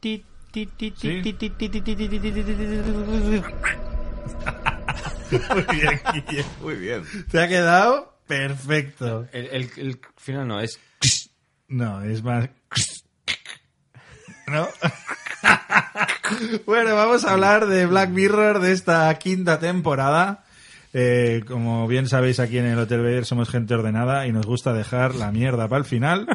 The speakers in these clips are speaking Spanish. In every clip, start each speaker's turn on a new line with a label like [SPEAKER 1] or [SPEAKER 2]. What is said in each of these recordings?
[SPEAKER 1] Ti, ti, ti, ti,
[SPEAKER 2] Sí.
[SPEAKER 1] ti, ti, ti, ti, ti, ti, ti, ti, ti, ti, ti, ti.
[SPEAKER 2] Muy bien, Guille.
[SPEAKER 3] Muy bien.
[SPEAKER 2] Te ha quedado perfecto.
[SPEAKER 1] El, el- el final no es.
[SPEAKER 2] No, es más. ¿No? bueno, vamos a hablar de Black Mirror de esta quinta temporada. Eh, como bien sabéis, aquí en el Hotel Vader somos gente ordenada y nos gusta dejar la mierda para el final.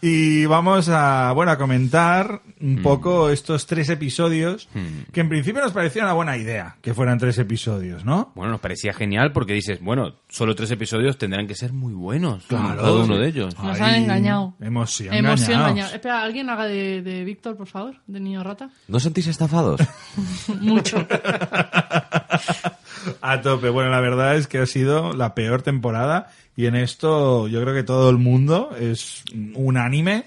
[SPEAKER 2] Y vamos a, bueno, a comentar
[SPEAKER 3] Mm.
[SPEAKER 2] un poco estos tres episodios que en principio nos parecía una buena idea que fueran tres episodios, ¿no?
[SPEAKER 1] Bueno, nos parecía genial porque dices, bueno, solo tres episodios tendrán que ser muy buenos.
[SPEAKER 2] Claro.
[SPEAKER 1] Cada uno de ellos.
[SPEAKER 4] Nos han engañado.
[SPEAKER 2] Hemos sido
[SPEAKER 4] Hemos sido
[SPEAKER 2] engañados.
[SPEAKER 4] engañados. Espera, alguien haga de, de Víctor, por favor, de niño rata.
[SPEAKER 3] ¿No os sentís estafados?
[SPEAKER 4] Mucho.
[SPEAKER 2] A tope. Bueno, la verdad es que ha sido la peor temporada y en esto yo creo que todo el mundo es unánime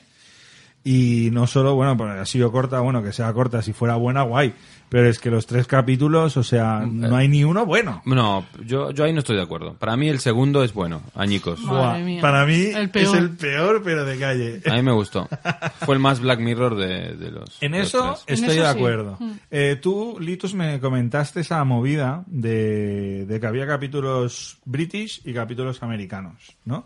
[SPEAKER 2] y no solo, bueno, pues ha sido corta, bueno, que sea corta, si fuera buena, guay, pero es que los tres capítulos, o sea,
[SPEAKER 1] Mm,
[SPEAKER 2] no hay ni uno bueno.
[SPEAKER 1] No, yo, yo ahí no estoy de acuerdo. Para mí el segundo es bueno, añicos.
[SPEAKER 4] Madre
[SPEAKER 2] Buah,
[SPEAKER 4] mía.
[SPEAKER 2] Para mí
[SPEAKER 4] El
[SPEAKER 2] es
[SPEAKER 4] peor.
[SPEAKER 2] el peor, pero de calle.
[SPEAKER 1] A mí me gustó. Fue el más Black Mirror de, de los.
[SPEAKER 2] En
[SPEAKER 1] de los
[SPEAKER 2] eso
[SPEAKER 1] tres.
[SPEAKER 2] estoy
[SPEAKER 4] En eso
[SPEAKER 2] de
[SPEAKER 4] sí.
[SPEAKER 2] acuerdo.
[SPEAKER 4] Mm.
[SPEAKER 2] Eh, tú, Litus, me comentaste esa movida de, de que había capítulos british y capítulos americanos, ¿no?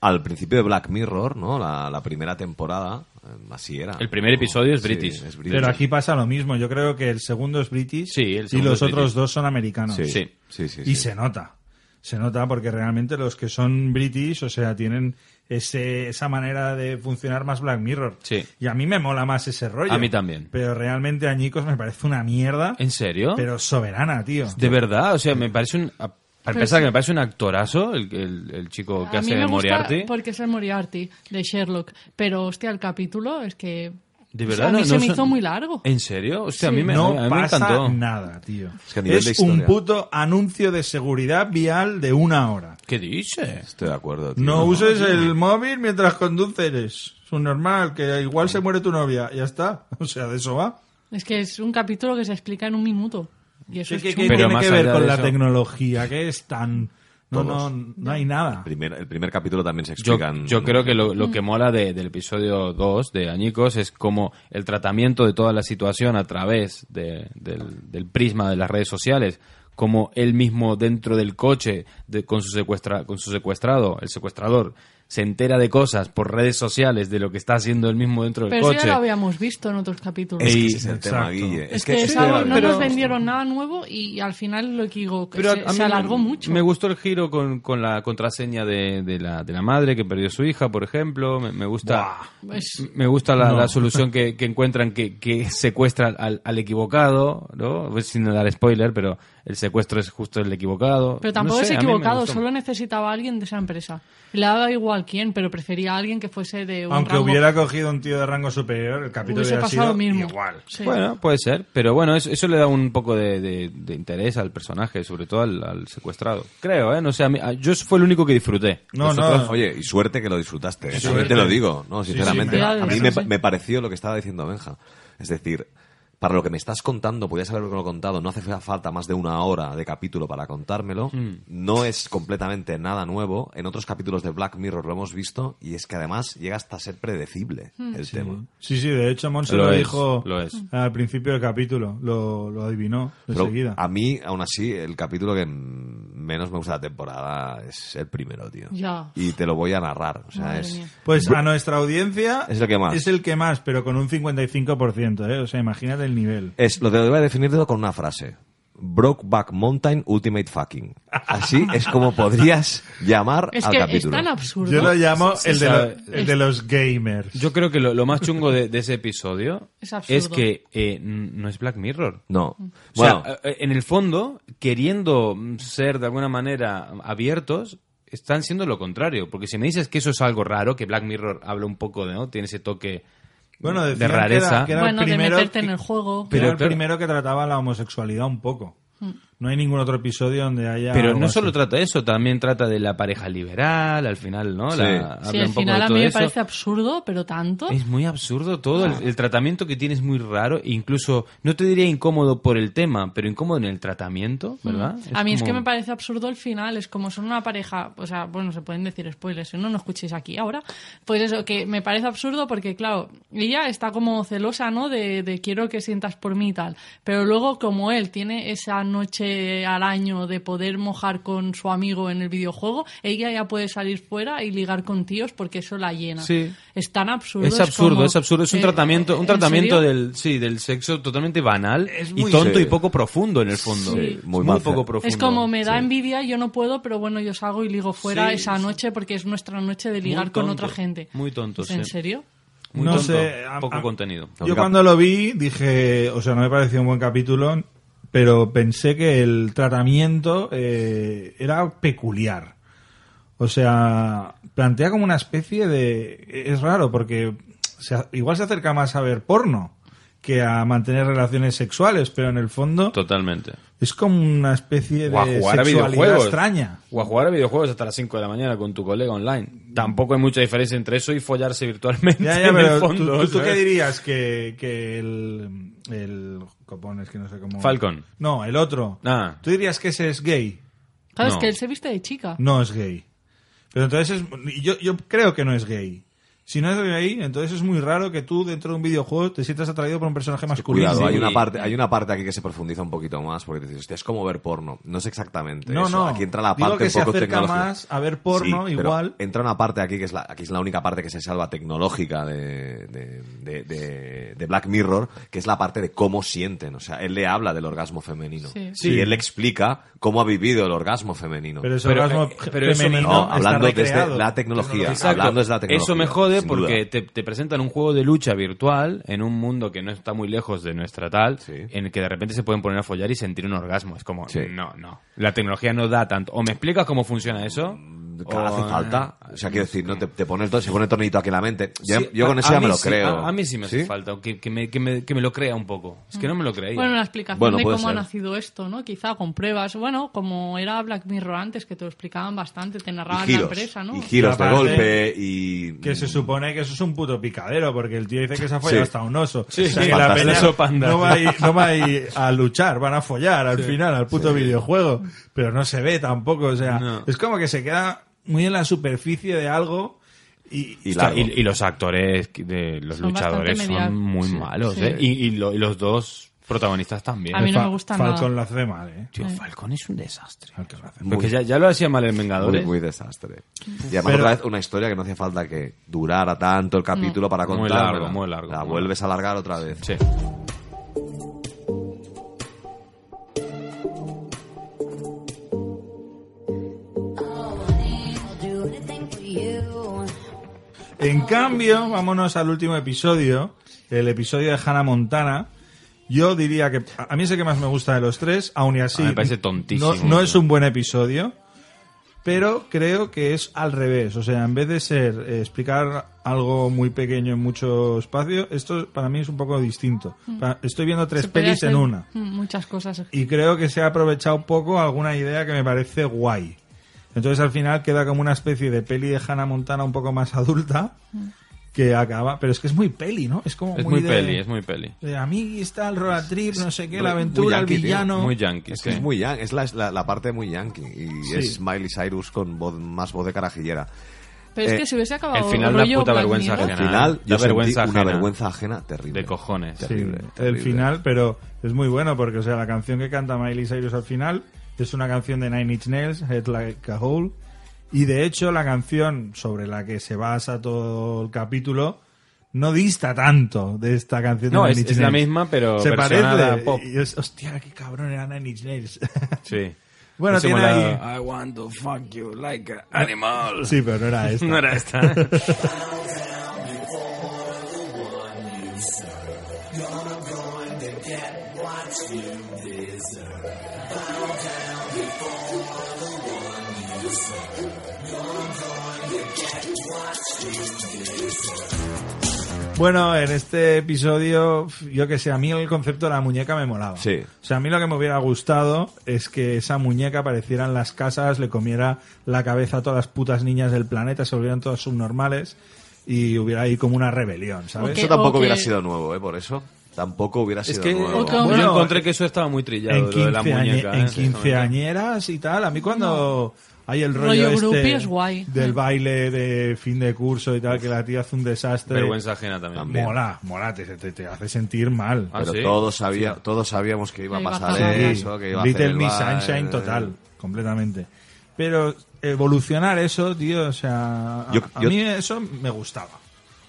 [SPEAKER 3] Al principio de Black Mirror, ¿no? La, la primera temporada, eh, así era.
[SPEAKER 1] El primer episodio es
[SPEAKER 3] Sí,
[SPEAKER 1] British.
[SPEAKER 3] es
[SPEAKER 2] Pero aquí pasa lo mismo. Yo creo que el segundo es british
[SPEAKER 1] Sí, el
[SPEAKER 2] y
[SPEAKER 1] segundo
[SPEAKER 2] los
[SPEAKER 1] es
[SPEAKER 2] otros
[SPEAKER 1] british.
[SPEAKER 2] dos son americanos.
[SPEAKER 3] Sí,
[SPEAKER 1] Sí.
[SPEAKER 3] sí, sí. sí,
[SPEAKER 2] Y se nota. Se nota porque realmente los que son british, o sea, tienen ese, esa manera de funcionar más Black Mirror.
[SPEAKER 1] Sí.
[SPEAKER 2] Y a mí me mola más ese rollo.
[SPEAKER 1] A mí también.
[SPEAKER 2] Pero realmente Añicos me parece una mierda,
[SPEAKER 1] ¿En serio?
[SPEAKER 2] pero soberana, tío.
[SPEAKER 1] De verdad, o sea, me parece un. a- Para
[SPEAKER 4] Pero
[SPEAKER 1] empezar,
[SPEAKER 4] sí.
[SPEAKER 1] que me parece un actorazo el, el- el chico que
[SPEAKER 4] A
[SPEAKER 1] hace
[SPEAKER 4] mí me
[SPEAKER 1] de
[SPEAKER 4] gusta
[SPEAKER 1] Moriarty.
[SPEAKER 4] Porque es el Moriarty de Sherlock. Pero, hostia, el capítulo es que.
[SPEAKER 1] De
[SPEAKER 4] o
[SPEAKER 1] verdad,
[SPEAKER 4] sea, a mí
[SPEAKER 1] no-
[SPEAKER 4] se
[SPEAKER 1] no
[SPEAKER 4] me
[SPEAKER 1] son-
[SPEAKER 4] hizo muy largo.
[SPEAKER 1] ¿En serio? O sea, a mí me,
[SPEAKER 2] no
[SPEAKER 1] a mí me
[SPEAKER 2] pasa
[SPEAKER 1] encantó.
[SPEAKER 2] nada, tío.
[SPEAKER 3] Es que a nivel de
[SPEAKER 2] un
[SPEAKER 3] historia-
[SPEAKER 2] puto anuncio de seguridad vial de una hora.
[SPEAKER 1] ¿Qué dices?
[SPEAKER 3] Estoy de acuerdo, tío.
[SPEAKER 2] No uses el móvil mientras conduces. Es un normal, que igual se muere tu novia. Ya está. O sea, de eso va.
[SPEAKER 4] Es que es un capítulo que se explica en un minuto. Y eso es
[SPEAKER 2] ¿Qué,
[SPEAKER 4] chungo.
[SPEAKER 1] Pero
[SPEAKER 2] tiene
[SPEAKER 1] más
[SPEAKER 2] que ver
[SPEAKER 1] allá
[SPEAKER 2] con
[SPEAKER 1] de
[SPEAKER 2] la
[SPEAKER 1] eso-
[SPEAKER 2] tecnología? que es tan...? No, no,
[SPEAKER 3] Todos.
[SPEAKER 2] no hay nada.
[SPEAKER 3] Primer- el primer capítulo también se
[SPEAKER 1] Yo,
[SPEAKER 3] explican.
[SPEAKER 1] yo creo que lo, lo que mola de- del episodio 2 de Añicos es como el tratamiento de toda la situación a través de- del, del prisma de las redes sociales, como él mismo dentro del coche de- con, su secuestra, con su secuestrado, el secuestrador, se entera de cosas por redes sociales de lo que está haciendo él mismo dentro del
[SPEAKER 4] Pero
[SPEAKER 1] coche.
[SPEAKER 4] eso ya lo habíamos visto en otros capítulos.
[SPEAKER 3] Es que
[SPEAKER 1] Ey,
[SPEAKER 3] ese Eh, es el tema,
[SPEAKER 2] exacto.
[SPEAKER 3] Guille.
[SPEAKER 4] es, que,
[SPEAKER 3] ese
[SPEAKER 4] es
[SPEAKER 3] era
[SPEAKER 4] algo-
[SPEAKER 3] el
[SPEAKER 4] no
[SPEAKER 3] tema.
[SPEAKER 4] nos vendieron nada nuevo y, al final lo equivoco.
[SPEAKER 1] Pero
[SPEAKER 4] se,
[SPEAKER 1] a- a
[SPEAKER 4] se
[SPEAKER 1] mí
[SPEAKER 4] alargó mucho.
[SPEAKER 1] Me gustó el giro con, con la contraseña de, de la, de la madre que perdió su hija, por ejemplo. Me, me gusta.
[SPEAKER 4] Es-
[SPEAKER 1] Me gusta la,
[SPEAKER 2] No.
[SPEAKER 1] la solución que, que encuentran que, que secuestra al, al equivocado, ¿no? Pues Sin dar spoiler, pero el secuestro es justo el equivocado.
[SPEAKER 4] Pero
[SPEAKER 1] No
[SPEAKER 4] tampoco
[SPEAKER 1] sé,
[SPEAKER 4] es
[SPEAKER 1] a mí me
[SPEAKER 4] equivocado,
[SPEAKER 1] gustó.
[SPEAKER 4] solo necesitaba a alguien de esa empresa. Le daba igual quién, pero prefería a alguien que fuese de un
[SPEAKER 2] Aunque
[SPEAKER 4] rango-
[SPEAKER 2] hubiera cogido un tío de rango superior, el capítulo
[SPEAKER 4] hubiese
[SPEAKER 2] hubiera
[SPEAKER 4] pasado
[SPEAKER 2] sido
[SPEAKER 4] lo mismo.
[SPEAKER 2] igual.
[SPEAKER 4] Sí.
[SPEAKER 1] Bueno, puede ser, pero bueno, eso, eso le da un poco de, de- de interés al personaje, sobre todo al, al secuestrado. Creo, ¿eh? No sé, a mí- a- yo fue el único que disfruté.
[SPEAKER 2] No,
[SPEAKER 3] Nosotros-
[SPEAKER 2] no.
[SPEAKER 3] Oye, y suerte que lo disfrutaste. ¿eh?
[SPEAKER 2] Suerte.
[SPEAKER 3] También te lo digo, ¿no?
[SPEAKER 2] Sí, ¿eh?
[SPEAKER 3] Sinceramente.
[SPEAKER 4] sí, me-
[SPEAKER 3] a mí me,
[SPEAKER 4] sí.
[SPEAKER 3] me pareció lo que estaba diciendo Benja. Es decir, para lo que me estás contando, podías haberlo contado, no hace falta más de una hora de capítulo para contármelo.
[SPEAKER 2] Mm.
[SPEAKER 3] No es completamente nada nuevo. En otros capítulos de Black Mirror lo hemos visto y es que además llega hasta ser predecible
[SPEAKER 4] Mm.
[SPEAKER 3] el tema.
[SPEAKER 2] Sí, sí, de hecho Monse lo,
[SPEAKER 1] Lo es,
[SPEAKER 2] dijo
[SPEAKER 1] lo es.
[SPEAKER 2] al principio del capítulo. Lo, lo adivinó
[SPEAKER 3] Pero
[SPEAKER 2] enseguida.
[SPEAKER 3] a mí, aún así, el capítulo que mm, menos me gusta de la temporada es el primero, tío.
[SPEAKER 4] Ya.
[SPEAKER 3] Y te lo voy a narrar. O sea,
[SPEAKER 4] Madre
[SPEAKER 3] es...
[SPEAKER 4] mía.
[SPEAKER 2] Pues a nuestra audiencia...
[SPEAKER 3] Es el que más.
[SPEAKER 2] Es el que más, pero con un 55%, ¿eh? O sea, imagínate el nivel.
[SPEAKER 3] Es, lo voy a definir todo con una frase. Brokeback Mountain Ultimate Fucking. Así es como podrías llamar
[SPEAKER 4] Es
[SPEAKER 3] al
[SPEAKER 4] que es
[SPEAKER 3] capítulo.
[SPEAKER 4] tan absurdo.
[SPEAKER 2] Yo lo llamo
[SPEAKER 1] Sí,
[SPEAKER 2] el, de
[SPEAKER 1] sabe.
[SPEAKER 2] lo- el de los gamers.
[SPEAKER 1] Yo creo que lo, lo más chungo de, de ese episodio
[SPEAKER 4] Es absurdo.
[SPEAKER 1] es que eh, n- no es Black Mirror.
[SPEAKER 3] no.
[SPEAKER 1] O sea,
[SPEAKER 3] Bueno,
[SPEAKER 1] eh, en el fondo, queriendo ser de alguna manera abiertos, están siendo lo contrario. Porque si me dices que eso es algo raro, que Black Mirror habla un poco de, ¿no? Tiene ese toque
[SPEAKER 2] Bueno,
[SPEAKER 1] de
[SPEAKER 2] decían que era-
[SPEAKER 1] rareza.
[SPEAKER 2] que era-
[SPEAKER 4] bueno, de
[SPEAKER 2] primero
[SPEAKER 4] meterte en
[SPEAKER 2] que-
[SPEAKER 4] el juego. Mm.
[SPEAKER 2] Pero
[SPEAKER 1] Pero
[SPEAKER 2] el
[SPEAKER 1] claro.
[SPEAKER 2] primero que trataba la homosexualidad un poco. No hay ningún otro episodio donde haya.
[SPEAKER 1] Pero
[SPEAKER 2] algo
[SPEAKER 1] no solo
[SPEAKER 2] así.
[SPEAKER 1] trata eso, también trata de la pareja liberal, al final, ¿no?
[SPEAKER 3] Sí.
[SPEAKER 1] La-
[SPEAKER 3] Sí,
[SPEAKER 1] habla
[SPEAKER 4] Sí,
[SPEAKER 1] un
[SPEAKER 4] al
[SPEAKER 1] poco
[SPEAKER 4] final
[SPEAKER 1] de
[SPEAKER 4] a
[SPEAKER 1] todo
[SPEAKER 4] mí me
[SPEAKER 1] eso.
[SPEAKER 4] parece Ah. absurdo, pero tanto.
[SPEAKER 1] Es muy absurdo todo. El, el tratamiento que tiene es muy raro. e Incluso, no te diría incómodo por el tema, pero incómodo en el tratamiento, ¿verdad?
[SPEAKER 4] Mm. a mí es que
[SPEAKER 1] como-
[SPEAKER 4] me parece absurdo el final, es como son una pareja, o sea, bueno, se pueden decir spoilers, si no, no escuchéis aquí ahora, pues eso, que me parece absurdo porque, claro, ella está como celosa, ¿no? De, de quiero que sientas por mí y tal, pero luego como él tiene esa noche al año de poder mojar con su amigo en el videojuego, ella ya puede salir fuera y ligar con tíos porque eso la llena.
[SPEAKER 1] Sí.
[SPEAKER 4] Es tan absurdo.
[SPEAKER 1] Es absurdo,
[SPEAKER 4] como,
[SPEAKER 1] es absurdo. Es un
[SPEAKER 4] eh,
[SPEAKER 1] tratamiento, un
[SPEAKER 4] ¿en
[SPEAKER 1] tratamiento
[SPEAKER 4] serio?
[SPEAKER 1] del, sí, del sexo totalmente banal
[SPEAKER 3] Es
[SPEAKER 1] y
[SPEAKER 3] muy-
[SPEAKER 1] tonto
[SPEAKER 3] sí.
[SPEAKER 1] y poco profundo en el fondo.
[SPEAKER 4] Sí.
[SPEAKER 1] Es
[SPEAKER 3] Muy
[SPEAKER 1] Muy,
[SPEAKER 3] maza.
[SPEAKER 1] poco profundo.
[SPEAKER 4] Es como me da envidia, yo no puedo, pero bueno, yo salgo y ligo fuera esa noche porque es nuestra noche de
[SPEAKER 1] Muy
[SPEAKER 4] ligar con
[SPEAKER 1] tonto,
[SPEAKER 4] otra gente.
[SPEAKER 1] muy tonto,
[SPEAKER 4] ¿Es ¿En
[SPEAKER 1] sí.
[SPEAKER 4] serio?
[SPEAKER 1] Muy
[SPEAKER 2] No
[SPEAKER 1] tonto,
[SPEAKER 2] sé, a-
[SPEAKER 1] poco
[SPEAKER 2] a-
[SPEAKER 1] contenido.
[SPEAKER 2] Yo cuando lo vi dije, o sea, no me pareció un buen capítulo, pero pensé que el tratamiento eh, era peculiar. O sea, plantea como una especie de... Es raro porque se- igual se acerca más a ver porno que a mantener relaciones sexuales, pero en el fondo
[SPEAKER 1] Totalmente.
[SPEAKER 2] es como una especie
[SPEAKER 1] O a
[SPEAKER 2] de
[SPEAKER 1] jugar a
[SPEAKER 2] sexualidad
[SPEAKER 1] videojuegos.
[SPEAKER 2] extraña.
[SPEAKER 1] O a jugar a videojuegos hasta las 5 de la mañana con tu colega online. Tampoco hay mucha diferencia entre eso y follarse virtualmente
[SPEAKER 2] Ya, ya,
[SPEAKER 1] en
[SPEAKER 2] pero
[SPEAKER 1] el
[SPEAKER 2] tú-
[SPEAKER 1] fondo.
[SPEAKER 2] ¿tú, tú qué
[SPEAKER 1] ¿sabes?
[SPEAKER 2] dirías que, que el, el copón es que no sé cómo
[SPEAKER 1] Falcon.
[SPEAKER 2] No, el otro.
[SPEAKER 1] Ah.
[SPEAKER 2] ¿Tú dirías que ese es gay?
[SPEAKER 4] Claro, es
[SPEAKER 1] No.
[SPEAKER 4] que él se viste de chica.
[SPEAKER 2] No es gay. Pero entonces es- yo, yo creo que no es gay. Si no es gay, entonces es muy raro que tú dentro de un videojuego te sientas atraído por un personaje masculino.
[SPEAKER 3] Cuidado, hay
[SPEAKER 1] Sí.
[SPEAKER 3] una parte, hay una parte aquí que se profundiza un poquito más porque dices, "Hostia, es como ver porno. No es exactamente
[SPEAKER 2] No,
[SPEAKER 3] eso.
[SPEAKER 2] no.
[SPEAKER 3] Aquí entra la
[SPEAKER 2] Digo
[SPEAKER 3] parte
[SPEAKER 2] que
[SPEAKER 3] un
[SPEAKER 2] se
[SPEAKER 3] poco
[SPEAKER 2] acerca
[SPEAKER 3] tecnológica.
[SPEAKER 2] más a ver porno,
[SPEAKER 3] Sí, pero
[SPEAKER 2] igual.
[SPEAKER 3] Entra una parte aquí que es la, aquí es la única parte que se salva tecnológica de, de, de- de- de Black Mirror, que es la parte de cómo sienten. O sea, él le habla del orgasmo femenino.
[SPEAKER 4] Sí.
[SPEAKER 3] Y él le explica cómo ha vivido el orgasmo femenino.
[SPEAKER 2] Pero ese
[SPEAKER 1] Pero,
[SPEAKER 2] orgasmo
[SPEAKER 1] eh, pero eso
[SPEAKER 2] femenino
[SPEAKER 3] no,
[SPEAKER 2] está
[SPEAKER 3] hablando desde
[SPEAKER 2] recreado.
[SPEAKER 3] la tecnología.
[SPEAKER 1] Exacto.
[SPEAKER 3] Hablando desde la tecnología.
[SPEAKER 1] Eso me jode
[SPEAKER 3] sin
[SPEAKER 1] porque
[SPEAKER 3] duda.
[SPEAKER 1] te, te presentan un juego de lucha virtual en un mundo que no está muy lejos de nuestra tal,
[SPEAKER 3] Sí.
[SPEAKER 1] en el que de repente se pueden poner a follar y sentir un orgasmo. Es como,
[SPEAKER 3] Sí.
[SPEAKER 1] no, no. La tecnología no da tanto. O me explicas cómo funciona eso.
[SPEAKER 3] Que
[SPEAKER 1] o- eh,
[SPEAKER 3] hace falta. O sea, quiero decir, no te, te pones todo, se pone tornito aquí en la mente. Yo,
[SPEAKER 1] Sí,
[SPEAKER 3] yo con
[SPEAKER 1] a-
[SPEAKER 3] eso
[SPEAKER 1] a
[SPEAKER 3] ya me
[SPEAKER 1] mí
[SPEAKER 3] lo
[SPEAKER 1] sí,
[SPEAKER 3] creo.
[SPEAKER 1] A, a mí sí me hace falta que, que me, que me- que me lo crea un poco. Es que no me lo creía.
[SPEAKER 4] Bueno, una explicación
[SPEAKER 3] Bueno,
[SPEAKER 4] de
[SPEAKER 3] puede
[SPEAKER 4] cómo ha
[SPEAKER 3] ser.
[SPEAKER 4] nacido esto, ¿no? Quizá con pruebas. Bueno, como era Black Mirror antes, que te lo explicaban bastante, te
[SPEAKER 3] Y
[SPEAKER 4] narraban la
[SPEAKER 3] giros.
[SPEAKER 4] empresa, ¿no?
[SPEAKER 3] Y giros de
[SPEAKER 2] Aparte,
[SPEAKER 3] golpe y.
[SPEAKER 2] Que se supone que eso es un puto picadero, porque el tío dice que se ha follado
[SPEAKER 3] Sí.
[SPEAKER 2] hasta un oso.
[SPEAKER 1] Sí,
[SPEAKER 2] o sea,
[SPEAKER 1] sí,
[SPEAKER 2] que la
[SPEAKER 3] fantástico.
[SPEAKER 2] peña
[SPEAKER 1] Eso, panda.
[SPEAKER 2] no va, a ir, no va a ir a luchar, van a follar al final, al puto videojuego. Pero no se ve tampoco, o sea,
[SPEAKER 1] No.
[SPEAKER 2] es como que se queda muy en la superficie de algo y...
[SPEAKER 3] y
[SPEAKER 1] O sea,
[SPEAKER 3] largo.
[SPEAKER 1] y, y los actores de los
[SPEAKER 4] Son bastante
[SPEAKER 1] luchadores
[SPEAKER 4] media-
[SPEAKER 1] son muy malos,
[SPEAKER 4] sí.
[SPEAKER 1] ¿eh? Y, y lo- y los dos protagonistas también.
[SPEAKER 4] A mí no
[SPEAKER 2] Fa-
[SPEAKER 4] me gusta
[SPEAKER 2] Falcon la hace mal, ¿eh?
[SPEAKER 1] Tío, Falcón es un desastre.
[SPEAKER 2] Falcon la hace mal.
[SPEAKER 1] Porque ya, ya lo hacía mal el
[SPEAKER 3] Muy,
[SPEAKER 1] Vengadores.
[SPEAKER 3] muy desastre. Y además
[SPEAKER 2] Pero-
[SPEAKER 3] otra vez una historia que no hacía falta que durara tanto el capítulo
[SPEAKER 4] Mm.
[SPEAKER 3] para
[SPEAKER 1] Muy
[SPEAKER 3] contarla.
[SPEAKER 1] largo, muy largo,
[SPEAKER 3] La
[SPEAKER 1] muy
[SPEAKER 3] vuelves a alargar otra vez.
[SPEAKER 1] Sí.
[SPEAKER 2] En cambio, vámonos al último episodio, el episodio de Hannah Montana. Yo diría que a a mí es el que más me gusta de los tres, aún y así.
[SPEAKER 1] Ah, me parece tontísimo,
[SPEAKER 2] No, no
[SPEAKER 1] tío.
[SPEAKER 2] es un buen episodio, pero creo que es al revés. O sea, en vez de ser eh, explicar algo muy pequeño en mucho espacio, esto para mí es un poco distinto. Pa- Estoy viendo tres
[SPEAKER 4] Mm. Se podría
[SPEAKER 2] pelis en
[SPEAKER 4] hacer,
[SPEAKER 2] una
[SPEAKER 4] mm, Muchas cosas.
[SPEAKER 2] y creo que se ha aprovechado un poco alguna idea que me parece guay. Entonces al final queda como una especie de peli de Hannah Montana un poco más adulta que acaba, pero es que es muy peli, ¿no? Es como
[SPEAKER 1] Es muy
[SPEAKER 2] de-
[SPEAKER 1] peli, es muy peli.
[SPEAKER 2] de amigui está el road trip, no sé qué, la
[SPEAKER 3] muy
[SPEAKER 2] aventura,
[SPEAKER 3] yankee,
[SPEAKER 2] el
[SPEAKER 3] tío,
[SPEAKER 2] villano.
[SPEAKER 1] Muy yankee,
[SPEAKER 3] Es
[SPEAKER 1] sí.
[SPEAKER 3] que es muy yan- es la, es la- la parte muy yankee. Y es Miley Cyrus con voz- más voz de carajillera.
[SPEAKER 4] Pero es
[SPEAKER 3] Eh,
[SPEAKER 4] que si hubiese acabado
[SPEAKER 1] el final da
[SPEAKER 4] rollo
[SPEAKER 1] puta
[SPEAKER 4] Black
[SPEAKER 1] vergüenza
[SPEAKER 4] Mirror,
[SPEAKER 3] Al
[SPEAKER 1] ajena.
[SPEAKER 3] final, yo
[SPEAKER 1] Da vergüenza
[SPEAKER 3] sentí una
[SPEAKER 1] ajena.
[SPEAKER 3] vergüenza ajena terrible.
[SPEAKER 1] De cojones.
[SPEAKER 2] Sí,
[SPEAKER 3] Terrible,
[SPEAKER 2] el
[SPEAKER 3] terrible.
[SPEAKER 2] final, pero es muy bueno porque o sea, la canción que canta Miley Cyrus al final es una canción de Nine Inch Nails, Head Like a Hole, y de hecho la canción sobre la que se basa todo el capítulo no dista tanto de esta canción de
[SPEAKER 1] No,
[SPEAKER 2] Nine
[SPEAKER 1] es-
[SPEAKER 2] Inch
[SPEAKER 1] es la
[SPEAKER 2] Nails.
[SPEAKER 1] misma, pero
[SPEAKER 2] se
[SPEAKER 1] versionada
[SPEAKER 2] parece.
[SPEAKER 1] pop.
[SPEAKER 2] Y es, hostia, qué cabrón era Nine Inch Nails.
[SPEAKER 1] Sí.
[SPEAKER 2] Bueno,
[SPEAKER 1] Hacemos
[SPEAKER 2] tiene
[SPEAKER 1] la- I want to fuck you like an animal.
[SPEAKER 2] sí, pero no era
[SPEAKER 1] No
[SPEAKER 2] esta.
[SPEAKER 1] era esta.
[SPEAKER 2] Bueno, en este episodio, yo que sé, a mí el concepto de la muñeca me molaba.
[SPEAKER 3] Sí.
[SPEAKER 2] O sea, a mí lo que me hubiera gustado es que esa muñeca apareciera en las casas, le comiera la cabeza a todas las putas niñas del planeta, se volvieran todas subnormales y hubiera ahí como una rebelión, ¿sabes?
[SPEAKER 4] Ok.
[SPEAKER 3] Eso tampoco
[SPEAKER 4] o
[SPEAKER 3] hubiera
[SPEAKER 4] que-
[SPEAKER 3] sido nuevo, ¿eh? Por eso. Tampoco hubiera
[SPEAKER 1] Es
[SPEAKER 3] sido
[SPEAKER 1] que
[SPEAKER 3] nuevo.
[SPEAKER 4] o que-
[SPEAKER 1] yo
[SPEAKER 2] Bueno,
[SPEAKER 1] encontré que eso estaba muy trillado,
[SPEAKER 2] en
[SPEAKER 1] lo de la
[SPEAKER 2] quinceañe-
[SPEAKER 1] muñeca.
[SPEAKER 2] en
[SPEAKER 1] ¿eh?
[SPEAKER 2] quinceañeras y tal. A mí cuando hay el rollo,
[SPEAKER 4] Rollo
[SPEAKER 2] este
[SPEAKER 4] groupie es guay. Mm.
[SPEAKER 2] del baile de fin de curso y tal, que la tía hace un desastre.
[SPEAKER 1] Vergüenza ajena también.
[SPEAKER 3] También.
[SPEAKER 2] Mola, mola, te, te- te hace sentir mal.
[SPEAKER 1] Ah,
[SPEAKER 3] Pero
[SPEAKER 1] ¿sí?
[SPEAKER 3] todos, sabía, todos sabíamos que iba a
[SPEAKER 4] Que iba a
[SPEAKER 3] pasar
[SPEAKER 4] pasar.
[SPEAKER 3] eso, que iba a hacer
[SPEAKER 2] Little
[SPEAKER 3] el eh.
[SPEAKER 2] Miss
[SPEAKER 3] baile.
[SPEAKER 2] Sunshine total, completamente. Pero evolucionar eso, tío, o sea, a-
[SPEAKER 3] Yo-
[SPEAKER 2] a,
[SPEAKER 3] yo-
[SPEAKER 2] mí eso me gustaba.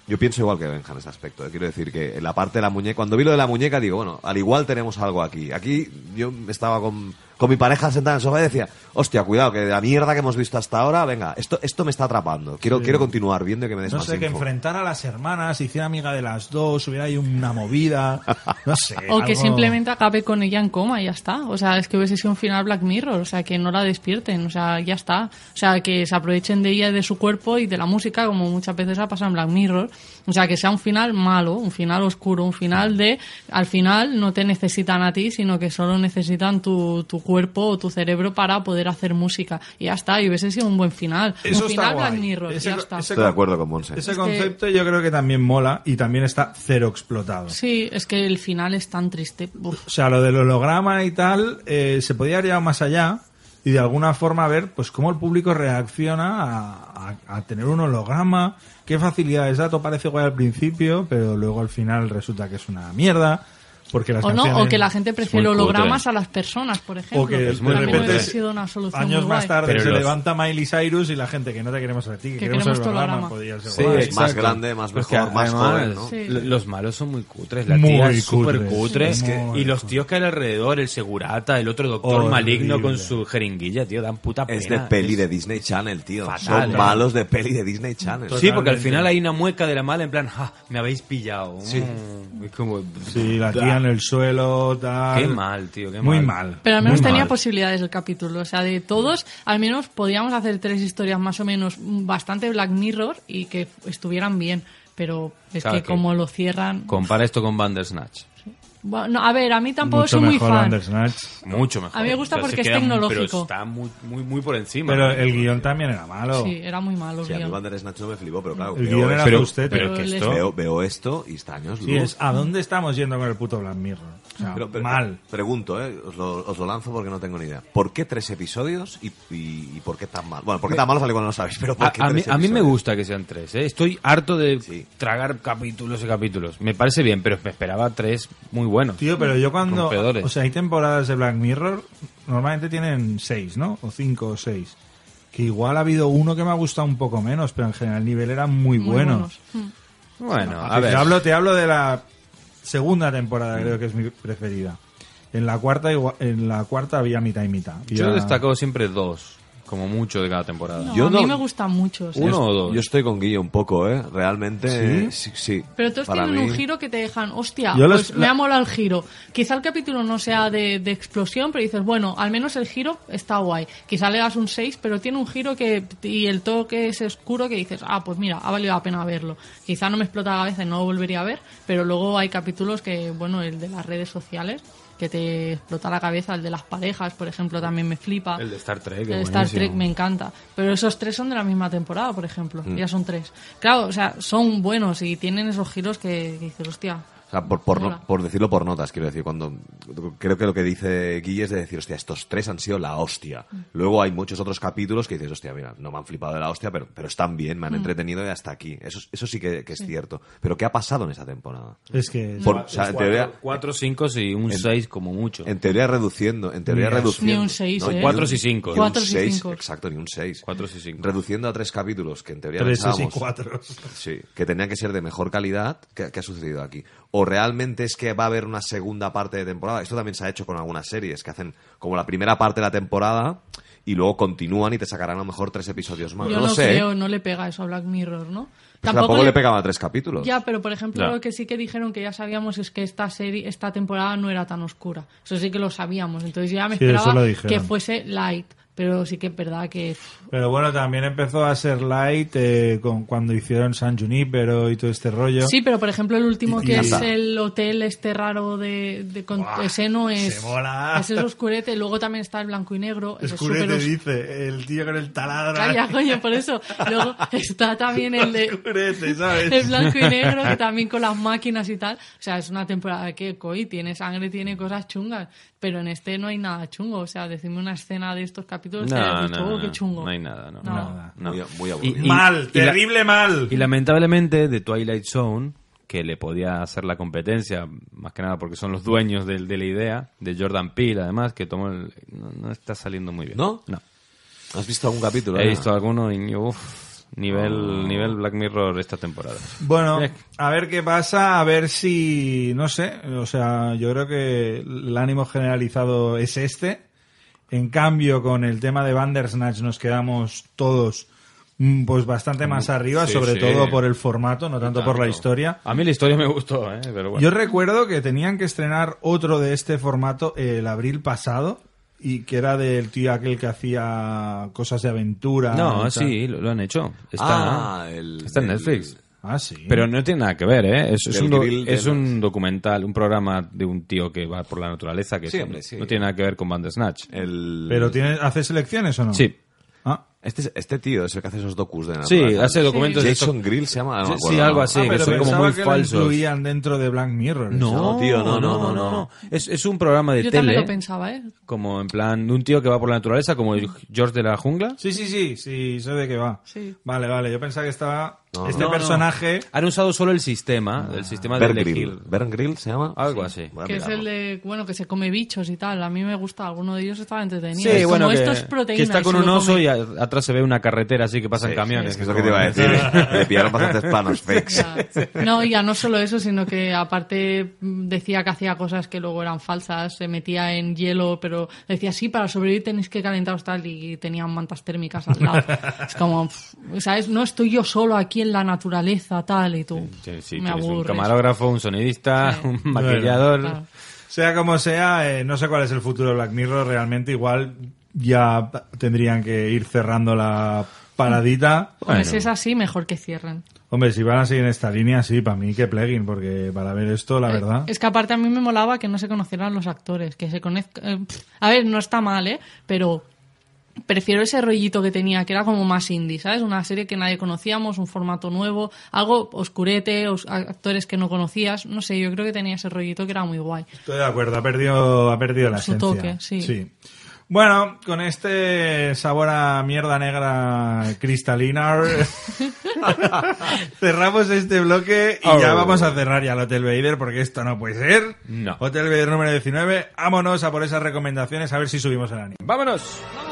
[SPEAKER 3] Yo pienso igual que Benja en este aspecto. eh. Quiero decir que en la parte de la muñeca, cuando vi lo de la muñeca, digo, bueno, al igual tenemos algo aquí. Aquí yo estaba con, con mi pareja sentada en el sofá y decía, hostia, cuidado, que la mierda que hemos visto hasta ahora, venga, esto, esto me está atrapando. Quiero, quiero continuar viendo y que me des
[SPEAKER 2] No
[SPEAKER 3] más
[SPEAKER 2] sé, que
[SPEAKER 3] info".
[SPEAKER 2] enfrentar a las hermanas, hiciera amiga de las dos, hubiera ahí una movida, no sé.
[SPEAKER 4] O
[SPEAKER 2] Eh,
[SPEAKER 4] que
[SPEAKER 2] algo-
[SPEAKER 4] simplemente acabe con ella en coma y ya está. O sea, es que hubiese sido un final Black Mirror. O sea, que no la despierten. O sea, ya está. O sea, que se aprovechen de ella, y de su cuerpo y de la música, como muchas veces ha pasado en Black Mirror. O sea, que sea un final malo, un final oscuro, un final de. Al final no te necesitan a ti, sino que solo necesitan tu, tu cuerpo o tu cerebro para poder hacer música. Y ya está. Y hubiese sido un buen final.
[SPEAKER 2] Eso
[SPEAKER 4] un
[SPEAKER 2] está
[SPEAKER 4] final Black
[SPEAKER 2] guay.
[SPEAKER 4] Mirror.
[SPEAKER 2] Ese-
[SPEAKER 4] ya está.
[SPEAKER 2] ese-
[SPEAKER 3] Estoy de acuerdo con Monse.
[SPEAKER 2] Ese
[SPEAKER 4] Es que-
[SPEAKER 2] concepto yo creo que también mola y también está cero explotado.
[SPEAKER 4] Sí, es que el final es tan triste. Uf.
[SPEAKER 2] O sea, lo del holograma y tal, eh, se podía haber llevado más allá y de alguna forma ver pues cómo el público reacciona a, a- a tener un holograma, qué facilidades da, todo parece guay al principio, pero luego al final resulta que es una mierda. Porque las
[SPEAKER 4] O no,
[SPEAKER 2] canciones-
[SPEAKER 4] o que la gente prefiere
[SPEAKER 1] muy cutre.
[SPEAKER 4] hologramas a las personas, por ejemplo.
[SPEAKER 2] o que
[SPEAKER 1] es muy
[SPEAKER 2] de
[SPEAKER 4] También
[SPEAKER 1] cutre.
[SPEAKER 4] hubiera
[SPEAKER 2] repente
[SPEAKER 4] sido una solución
[SPEAKER 2] años
[SPEAKER 4] muy
[SPEAKER 2] más
[SPEAKER 4] guay.
[SPEAKER 2] tarde
[SPEAKER 1] Pero
[SPEAKER 2] se
[SPEAKER 1] los-
[SPEAKER 2] levanta Miley Cyrus y la gente que no te queremos a ti, que,
[SPEAKER 4] Que
[SPEAKER 2] queremos,
[SPEAKER 4] queremos
[SPEAKER 2] el
[SPEAKER 4] tu
[SPEAKER 2] holograma,
[SPEAKER 4] holograma.
[SPEAKER 2] podría ser Pues
[SPEAKER 1] Sí,
[SPEAKER 2] guay.
[SPEAKER 3] es más
[SPEAKER 1] exacto.
[SPEAKER 3] grande, más
[SPEAKER 1] Porque
[SPEAKER 3] mejor, más joven,
[SPEAKER 1] Pues además,
[SPEAKER 3] ¿no?
[SPEAKER 4] Sí.
[SPEAKER 1] lo- Los malos son muy cutres, la
[SPEAKER 2] Muy
[SPEAKER 1] tía es súper
[SPEAKER 2] cutres,
[SPEAKER 1] cutre.
[SPEAKER 2] sí, muy
[SPEAKER 1] y los tíos que hay alrededor, el segurata, el otro doctor
[SPEAKER 2] Horrible.
[SPEAKER 1] maligno con su jeringuilla, tío, dan puta pena.
[SPEAKER 3] Es de peli de Disney Channel, tío.
[SPEAKER 1] Fatal,
[SPEAKER 3] Son
[SPEAKER 1] ¿eh?
[SPEAKER 3] malos de peli de Disney Channel.
[SPEAKER 1] Sí, porque al
[SPEAKER 2] Totalmente.
[SPEAKER 1] final hay una mueca de la mala en plan, "Ja, me habéis pillado. Mm, es como-
[SPEAKER 2] Sí, la tía en el suelo, tal.
[SPEAKER 1] Qué mal, tío, qué
[SPEAKER 2] Muy
[SPEAKER 1] mal.
[SPEAKER 2] mal.
[SPEAKER 4] Pero al menos
[SPEAKER 2] muy
[SPEAKER 4] tenía
[SPEAKER 2] mal.
[SPEAKER 4] posibilidades el capítulo. O sea, de todos, al menos podíamos hacer tres historias más o menos mm, bastante Black Mirror y que estuvieran bien. Pero es
[SPEAKER 1] Claro
[SPEAKER 4] que
[SPEAKER 1] que-
[SPEAKER 4] como lo cierran...
[SPEAKER 1] Compara esto con Bandersnatch.
[SPEAKER 4] Bueno, a ver, a mí tampoco
[SPEAKER 2] Mucho
[SPEAKER 4] soy muy
[SPEAKER 2] mejor
[SPEAKER 4] fan.
[SPEAKER 2] Bandersnatch.
[SPEAKER 1] Mucho mejor.
[SPEAKER 4] A mí me gusta
[SPEAKER 1] se
[SPEAKER 4] porque es
[SPEAKER 1] queda- Pero
[SPEAKER 4] tecnológico.
[SPEAKER 1] está muy, muy, muy por encima.
[SPEAKER 2] Pero el guión también era malo.
[SPEAKER 4] Sí, era muy malo el
[SPEAKER 3] Sí, a mí
[SPEAKER 4] guión.
[SPEAKER 3] Bandersnatch no me flipó, pero claro,
[SPEAKER 2] El
[SPEAKER 3] veo,
[SPEAKER 2] guión era
[SPEAKER 3] esto,
[SPEAKER 1] Pero-
[SPEAKER 2] frustrante.
[SPEAKER 1] pero
[SPEAKER 4] Pero
[SPEAKER 1] que
[SPEAKER 4] el
[SPEAKER 1] esto...
[SPEAKER 4] este-
[SPEAKER 3] veo- veo esto y está años
[SPEAKER 2] Sí,
[SPEAKER 3] luz.
[SPEAKER 2] es, ¿A dónde estamos yendo con el puto Black Mirror? O sea,
[SPEAKER 3] Pero- pero-
[SPEAKER 2] mal.
[SPEAKER 3] Pregunto, eh, os, lo, os lo lanzo porque no tengo ni idea. ¿Por qué tres episodios y, y- y por qué tan mal? Bueno, ¿por qué tan malo sale cuando no lo sabéis? Pero ¿por
[SPEAKER 1] A,
[SPEAKER 3] qué
[SPEAKER 1] a mí,
[SPEAKER 3] tres
[SPEAKER 1] a mí me
[SPEAKER 3] episodios?
[SPEAKER 1] gusta que sean tres. ¿eh? Estoy harto de
[SPEAKER 3] Sí.
[SPEAKER 1] tragar capítulos y capítulos. Me parece bien, pero me esperaba tres muy buenos.
[SPEAKER 2] Tío, pero yo cuando...
[SPEAKER 1] Rompedores.
[SPEAKER 2] O sea, hay temporadas de Black Mirror, normalmente tienen seis, ¿no? O cinco o seis. Que igual ha habido uno que me ha gustado un poco menos, pero en general el nivel era muy,
[SPEAKER 4] Muy
[SPEAKER 2] bueno.
[SPEAKER 4] buenos. Mm.
[SPEAKER 1] bueno,
[SPEAKER 2] Ah,
[SPEAKER 1] a
[SPEAKER 2] te-
[SPEAKER 1] ver.
[SPEAKER 2] Te hablo, te hablo de la segunda temporada, creo que es mi preferida. En la cuarta igua- en la cuarta había mitad y mitad.
[SPEAKER 1] Yo
[SPEAKER 2] Ya-
[SPEAKER 1] he destacado siempre dos, como mucho de cada temporada.
[SPEAKER 4] No,
[SPEAKER 3] Yo
[SPEAKER 4] a mí
[SPEAKER 3] no-
[SPEAKER 4] me gustan muchos.
[SPEAKER 1] Uno
[SPEAKER 3] Yo-
[SPEAKER 1] o dos.
[SPEAKER 3] Yo estoy con Guille un poco, ¿eh? Realmente. Sí, sí.
[SPEAKER 4] Pero todos
[SPEAKER 3] Para
[SPEAKER 4] tienen
[SPEAKER 3] mí-
[SPEAKER 4] un giro que te dejan, hostia,
[SPEAKER 2] Yo
[SPEAKER 4] pues
[SPEAKER 2] las-
[SPEAKER 4] me
[SPEAKER 2] la-
[SPEAKER 4] ha molado el giro. Quizá el capítulo no sea de, de explosión, pero dices, bueno, al menos el giro está guay. Quizá le das un 6, pero tiene un giro que y el toque es oscuro que dices, ah, pues mira, ha valido la pena verlo. Quizá no me explota la cabeza y no lo volvería a ver, pero luego hay capítulos que, bueno, el de las redes sociales, que te explota la cabeza, el de las parejas, por ejemplo, también me flipa.
[SPEAKER 1] El de Star
[SPEAKER 3] Eh,
[SPEAKER 1] Trek.
[SPEAKER 4] El
[SPEAKER 1] es
[SPEAKER 4] Star
[SPEAKER 1] buenísimo.
[SPEAKER 4] Trek me encanta. Pero esos tres son de la misma temporada, por ejemplo.
[SPEAKER 3] Mm.
[SPEAKER 4] Ya son tres. Claro, o sea, son buenos y tienen esos giros que, que dices, hostia.
[SPEAKER 3] O sea, por, por,
[SPEAKER 4] Mola.
[SPEAKER 3] por decirlo por notas, quiero decir, cuando creo que lo que dice Guille es de decir, hostia, estos tres han sido la hostia.
[SPEAKER 4] Mm.
[SPEAKER 3] Luego hay muchos otros capítulos que dices, hostia, mira, no me han flipado de la hostia, pero, pero están bien, me han
[SPEAKER 4] Mm.
[SPEAKER 3] entretenido y hasta aquí. Eso, eso sí que, que es cierto. Pero ¿qué ha pasado en esa temporada?
[SPEAKER 2] Es que...
[SPEAKER 3] Por- o sea, en teoría,
[SPEAKER 1] Cuatro, cinco y un seis como mucho.
[SPEAKER 3] en teoría reduciendo, en teoría
[SPEAKER 2] Ni un-
[SPEAKER 3] reduciendo.
[SPEAKER 4] ni un seis, ¿eh?
[SPEAKER 3] ni
[SPEAKER 1] Cuatro
[SPEAKER 3] un-
[SPEAKER 1] y cinco.
[SPEAKER 3] ni un
[SPEAKER 4] Cuatro y
[SPEAKER 3] seis,
[SPEAKER 4] cinco.
[SPEAKER 3] Exacto, ni un 6.
[SPEAKER 1] Cuatro y cinco.
[SPEAKER 3] Reduciendo a tres capítulos que en teoría
[SPEAKER 2] Tres y
[SPEAKER 3] pensábamos-
[SPEAKER 2] cuatro.
[SPEAKER 3] Sí, que tenían que ser de mejor calidad que, que ha sucedido aquí. O realmente es que va a haber una segunda parte de temporada. Esto también se ha hecho con algunas series que hacen como la primera parte de la temporada y luego continúan y te sacarán a lo mejor tres episodios más.
[SPEAKER 4] yo
[SPEAKER 3] no
[SPEAKER 4] no,
[SPEAKER 3] lo sé. ¿eh?
[SPEAKER 4] creo, no le pega eso a Black Mirror, ¿no?
[SPEAKER 3] Pues tampoco, le... pegaban a tres capítulos.
[SPEAKER 4] Ya, pero por ejemplo,
[SPEAKER 1] Ya.
[SPEAKER 4] lo que sí que dijeron que ya sabíamos es que esta serie, esta temporada no era tan oscura. Eso sí que lo sabíamos. Entonces yo ya me
[SPEAKER 2] Sí, eso
[SPEAKER 4] esperaba
[SPEAKER 2] lo dijeron.
[SPEAKER 4] que fuese light. Pero sí que es verdad que pff,
[SPEAKER 2] Pero bueno, también empezó a ser light eh, con, cuando hicieron San Junipero y todo este rollo.
[SPEAKER 4] Sí, pero por ejemplo el último
[SPEAKER 3] Y-
[SPEAKER 4] que
[SPEAKER 3] y
[SPEAKER 4] es
[SPEAKER 3] hasta-
[SPEAKER 4] el hotel este raro de, de con- ese no es
[SPEAKER 2] se mola.
[SPEAKER 4] ese es oscurete, luego también está el blanco y negro, ese es
[SPEAKER 2] Escurete
[SPEAKER 4] súper os-
[SPEAKER 2] dice, el tío con el taladro.
[SPEAKER 4] Calla, coño, por eso. Luego está también el de
[SPEAKER 2] Escurete,
[SPEAKER 4] el
[SPEAKER 2] ¿sabes?
[SPEAKER 4] blanco y negro que también con las máquinas y tal. O sea, es una temporada que coi tiene sangre, tiene cosas chungas, pero en este no hay nada chungo, o sea, decime una escena de estos capítulos que hayas dicho, "Oh, qué chungo.
[SPEAKER 1] no hay nada, no.
[SPEAKER 4] No.
[SPEAKER 2] Nada.
[SPEAKER 1] No.
[SPEAKER 3] Muy, muy aburrido.
[SPEAKER 1] Y- y-
[SPEAKER 2] mal,
[SPEAKER 1] la-
[SPEAKER 2] terrible mal.
[SPEAKER 1] Y lamentablemente de Twilight Zone, que le podía hacer la competencia, más que nada porque son los dueños del- de, la idea, de Jordan Peele además, que tomó el- no, no está saliendo muy bien.
[SPEAKER 3] ¿No?
[SPEAKER 1] No.
[SPEAKER 3] ¿Has visto algún capítulo?
[SPEAKER 1] He
[SPEAKER 3] Ana?
[SPEAKER 1] visto alguno y uff, nivel, nivel Black Mirror esta temporada.
[SPEAKER 2] Bueno,
[SPEAKER 1] Jack.
[SPEAKER 2] a ver qué pasa, a ver si, no sé, o sea, yo creo que el ánimo generalizado es este. En cambio, con el tema de Bandersnatch nos quedamos todos mm, pues bastante más arriba,
[SPEAKER 1] sí,
[SPEAKER 2] sobre
[SPEAKER 1] sí.
[SPEAKER 2] todo por el formato, no tanto por la historia.
[SPEAKER 1] A mí la historia me gustó, ¿eh? pero bueno.
[SPEAKER 2] Yo recuerdo que tenían que estrenar otro de este formato el abril pasado y que era del tío aquel que hacía cosas de aventura. y
[SPEAKER 1] no,
[SPEAKER 2] tal.
[SPEAKER 1] sí, lo, lo han hecho. Está,
[SPEAKER 3] Ah, el-
[SPEAKER 1] está en
[SPEAKER 3] el-
[SPEAKER 1] Netflix.
[SPEAKER 2] Ah, sí.
[SPEAKER 1] Pero no tiene nada que ver, ¿eh? Es, es
[SPEAKER 3] Del
[SPEAKER 1] un, do-
[SPEAKER 3] grill de
[SPEAKER 1] es
[SPEAKER 3] los-
[SPEAKER 1] un documental, un programa de un tío que va por la naturaleza que
[SPEAKER 3] Sí,
[SPEAKER 1] es-
[SPEAKER 3] hombre, sí. Eh,
[SPEAKER 1] no tiene nada que ver con Bandersnatch.
[SPEAKER 3] El-
[SPEAKER 2] Pero tiene, ¿hace selecciones o no?
[SPEAKER 1] Sí,
[SPEAKER 2] Ah.
[SPEAKER 3] Este, este tío es el que hace esos docus de la
[SPEAKER 1] sí,
[SPEAKER 3] naturaleza.
[SPEAKER 1] hace documentos de
[SPEAKER 3] Ah, Jason Grill se llama.
[SPEAKER 1] Sí,
[SPEAKER 3] me acuerdo,
[SPEAKER 1] sí,
[SPEAKER 3] ¿no?
[SPEAKER 1] algo así.
[SPEAKER 2] Ah,
[SPEAKER 1] que
[SPEAKER 2] pero
[SPEAKER 1] son como
[SPEAKER 2] pensaba
[SPEAKER 1] muy
[SPEAKER 2] que lo
[SPEAKER 1] falsos.
[SPEAKER 2] incluían dentro de Black Mirror.
[SPEAKER 1] No,
[SPEAKER 3] No, tío, no, no, no, no.
[SPEAKER 1] Es, es un programa de
[SPEAKER 4] Yo
[SPEAKER 1] tele,
[SPEAKER 4] también lo pensaba, ¿eh?
[SPEAKER 1] como en plan de un tío que va por la naturaleza, como George de la jungla.
[SPEAKER 2] Sí, sí, sí, sí, sé de qué va.
[SPEAKER 4] Sí.
[SPEAKER 2] Vale, vale, yo pensaba que estaba
[SPEAKER 3] No,
[SPEAKER 2] este
[SPEAKER 1] No, no.
[SPEAKER 2] personaje.
[SPEAKER 1] Han usado solo el sistema, el sistema de
[SPEAKER 3] Bear
[SPEAKER 1] elegir.
[SPEAKER 3] Ah. Grill. Bear Grill se llama.
[SPEAKER 1] Algo así.
[SPEAKER 3] Voy a
[SPEAKER 4] Que es el
[SPEAKER 3] mirarlo.
[SPEAKER 4] de, bueno, que se come bichos y tal. A mí me gusta, alguno de ellos estaba entretenido.
[SPEAKER 1] Sí,
[SPEAKER 4] Es como,
[SPEAKER 1] bueno, que,
[SPEAKER 4] esto es proteína.
[SPEAKER 1] que está
[SPEAKER 4] y
[SPEAKER 1] con
[SPEAKER 4] se
[SPEAKER 1] un
[SPEAKER 4] lo
[SPEAKER 1] oso
[SPEAKER 4] come".
[SPEAKER 1] y a- atrás se ve una carretera así que pasan camiones.
[SPEAKER 3] Es que es lo que te iba a decir. Le pillaron bastantes planos fakes.
[SPEAKER 4] Ya. No, y ya no solo eso, sino que aparte mm, decía que hacía cosas que luego eran falsas, se metía en hielo, pero decía, sí, para sobrevivir tenéis que calentaros tal, y tenían mantas térmicas al lado. es como, pff, ¿sabes? No estoy yo solo aquí en la naturaleza, tal, y tú.
[SPEAKER 1] Sí, sí,
[SPEAKER 4] me
[SPEAKER 1] tienes un
[SPEAKER 4] aburres.
[SPEAKER 1] camarógrafo, un sonidista,
[SPEAKER 4] Sí.
[SPEAKER 1] un maquillador.
[SPEAKER 4] Claro.
[SPEAKER 2] Sea como sea, eh, no sé cuál es el futuro de Black Mirror realmente. Igual ya tendrían que ir cerrando la paradita.
[SPEAKER 4] Hombre, si Pues es así, mejor que cierren.
[SPEAKER 2] Hombre, si van a seguir en esta línea, sí, para mí que pleguen, porque para ver esto, la verdad.
[SPEAKER 4] Eh, Es que aparte a mí me molaba que no se conocieran los actores, que se conozcan... eh, pff, a ver, no está mal, ¿eh? Pero prefiero ese rollito que tenía, que era como más indie, ¿sabes? Una serie que nadie conocíamos, un formato nuevo, algo oscurete, os- a- actores que no conocías, no sé, yo creo que tenía ese rollito que era muy guay.
[SPEAKER 2] Estoy de acuerdo, ha perdido, ha perdido la
[SPEAKER 4] Su
[SPEAKER 2] esencia.
[SPEAKER 4] toque, sí.
[SPEAKER 2] Bueno, con este sabor a mierda negra cristalina cerramos este bloque y ya
[SPEAKER 1] Arr.
[SPEAKER 2] vamos a cerrar ya el Hotel Vader porque esto no puede ser.
[SPEAKER 1] No.
[SPEAKER 2] Hotel Vader número 19, vámonos a por esas recomendaciones a ver si subimos el ánimo.
[SPEAKER 1] ¡Vámonos!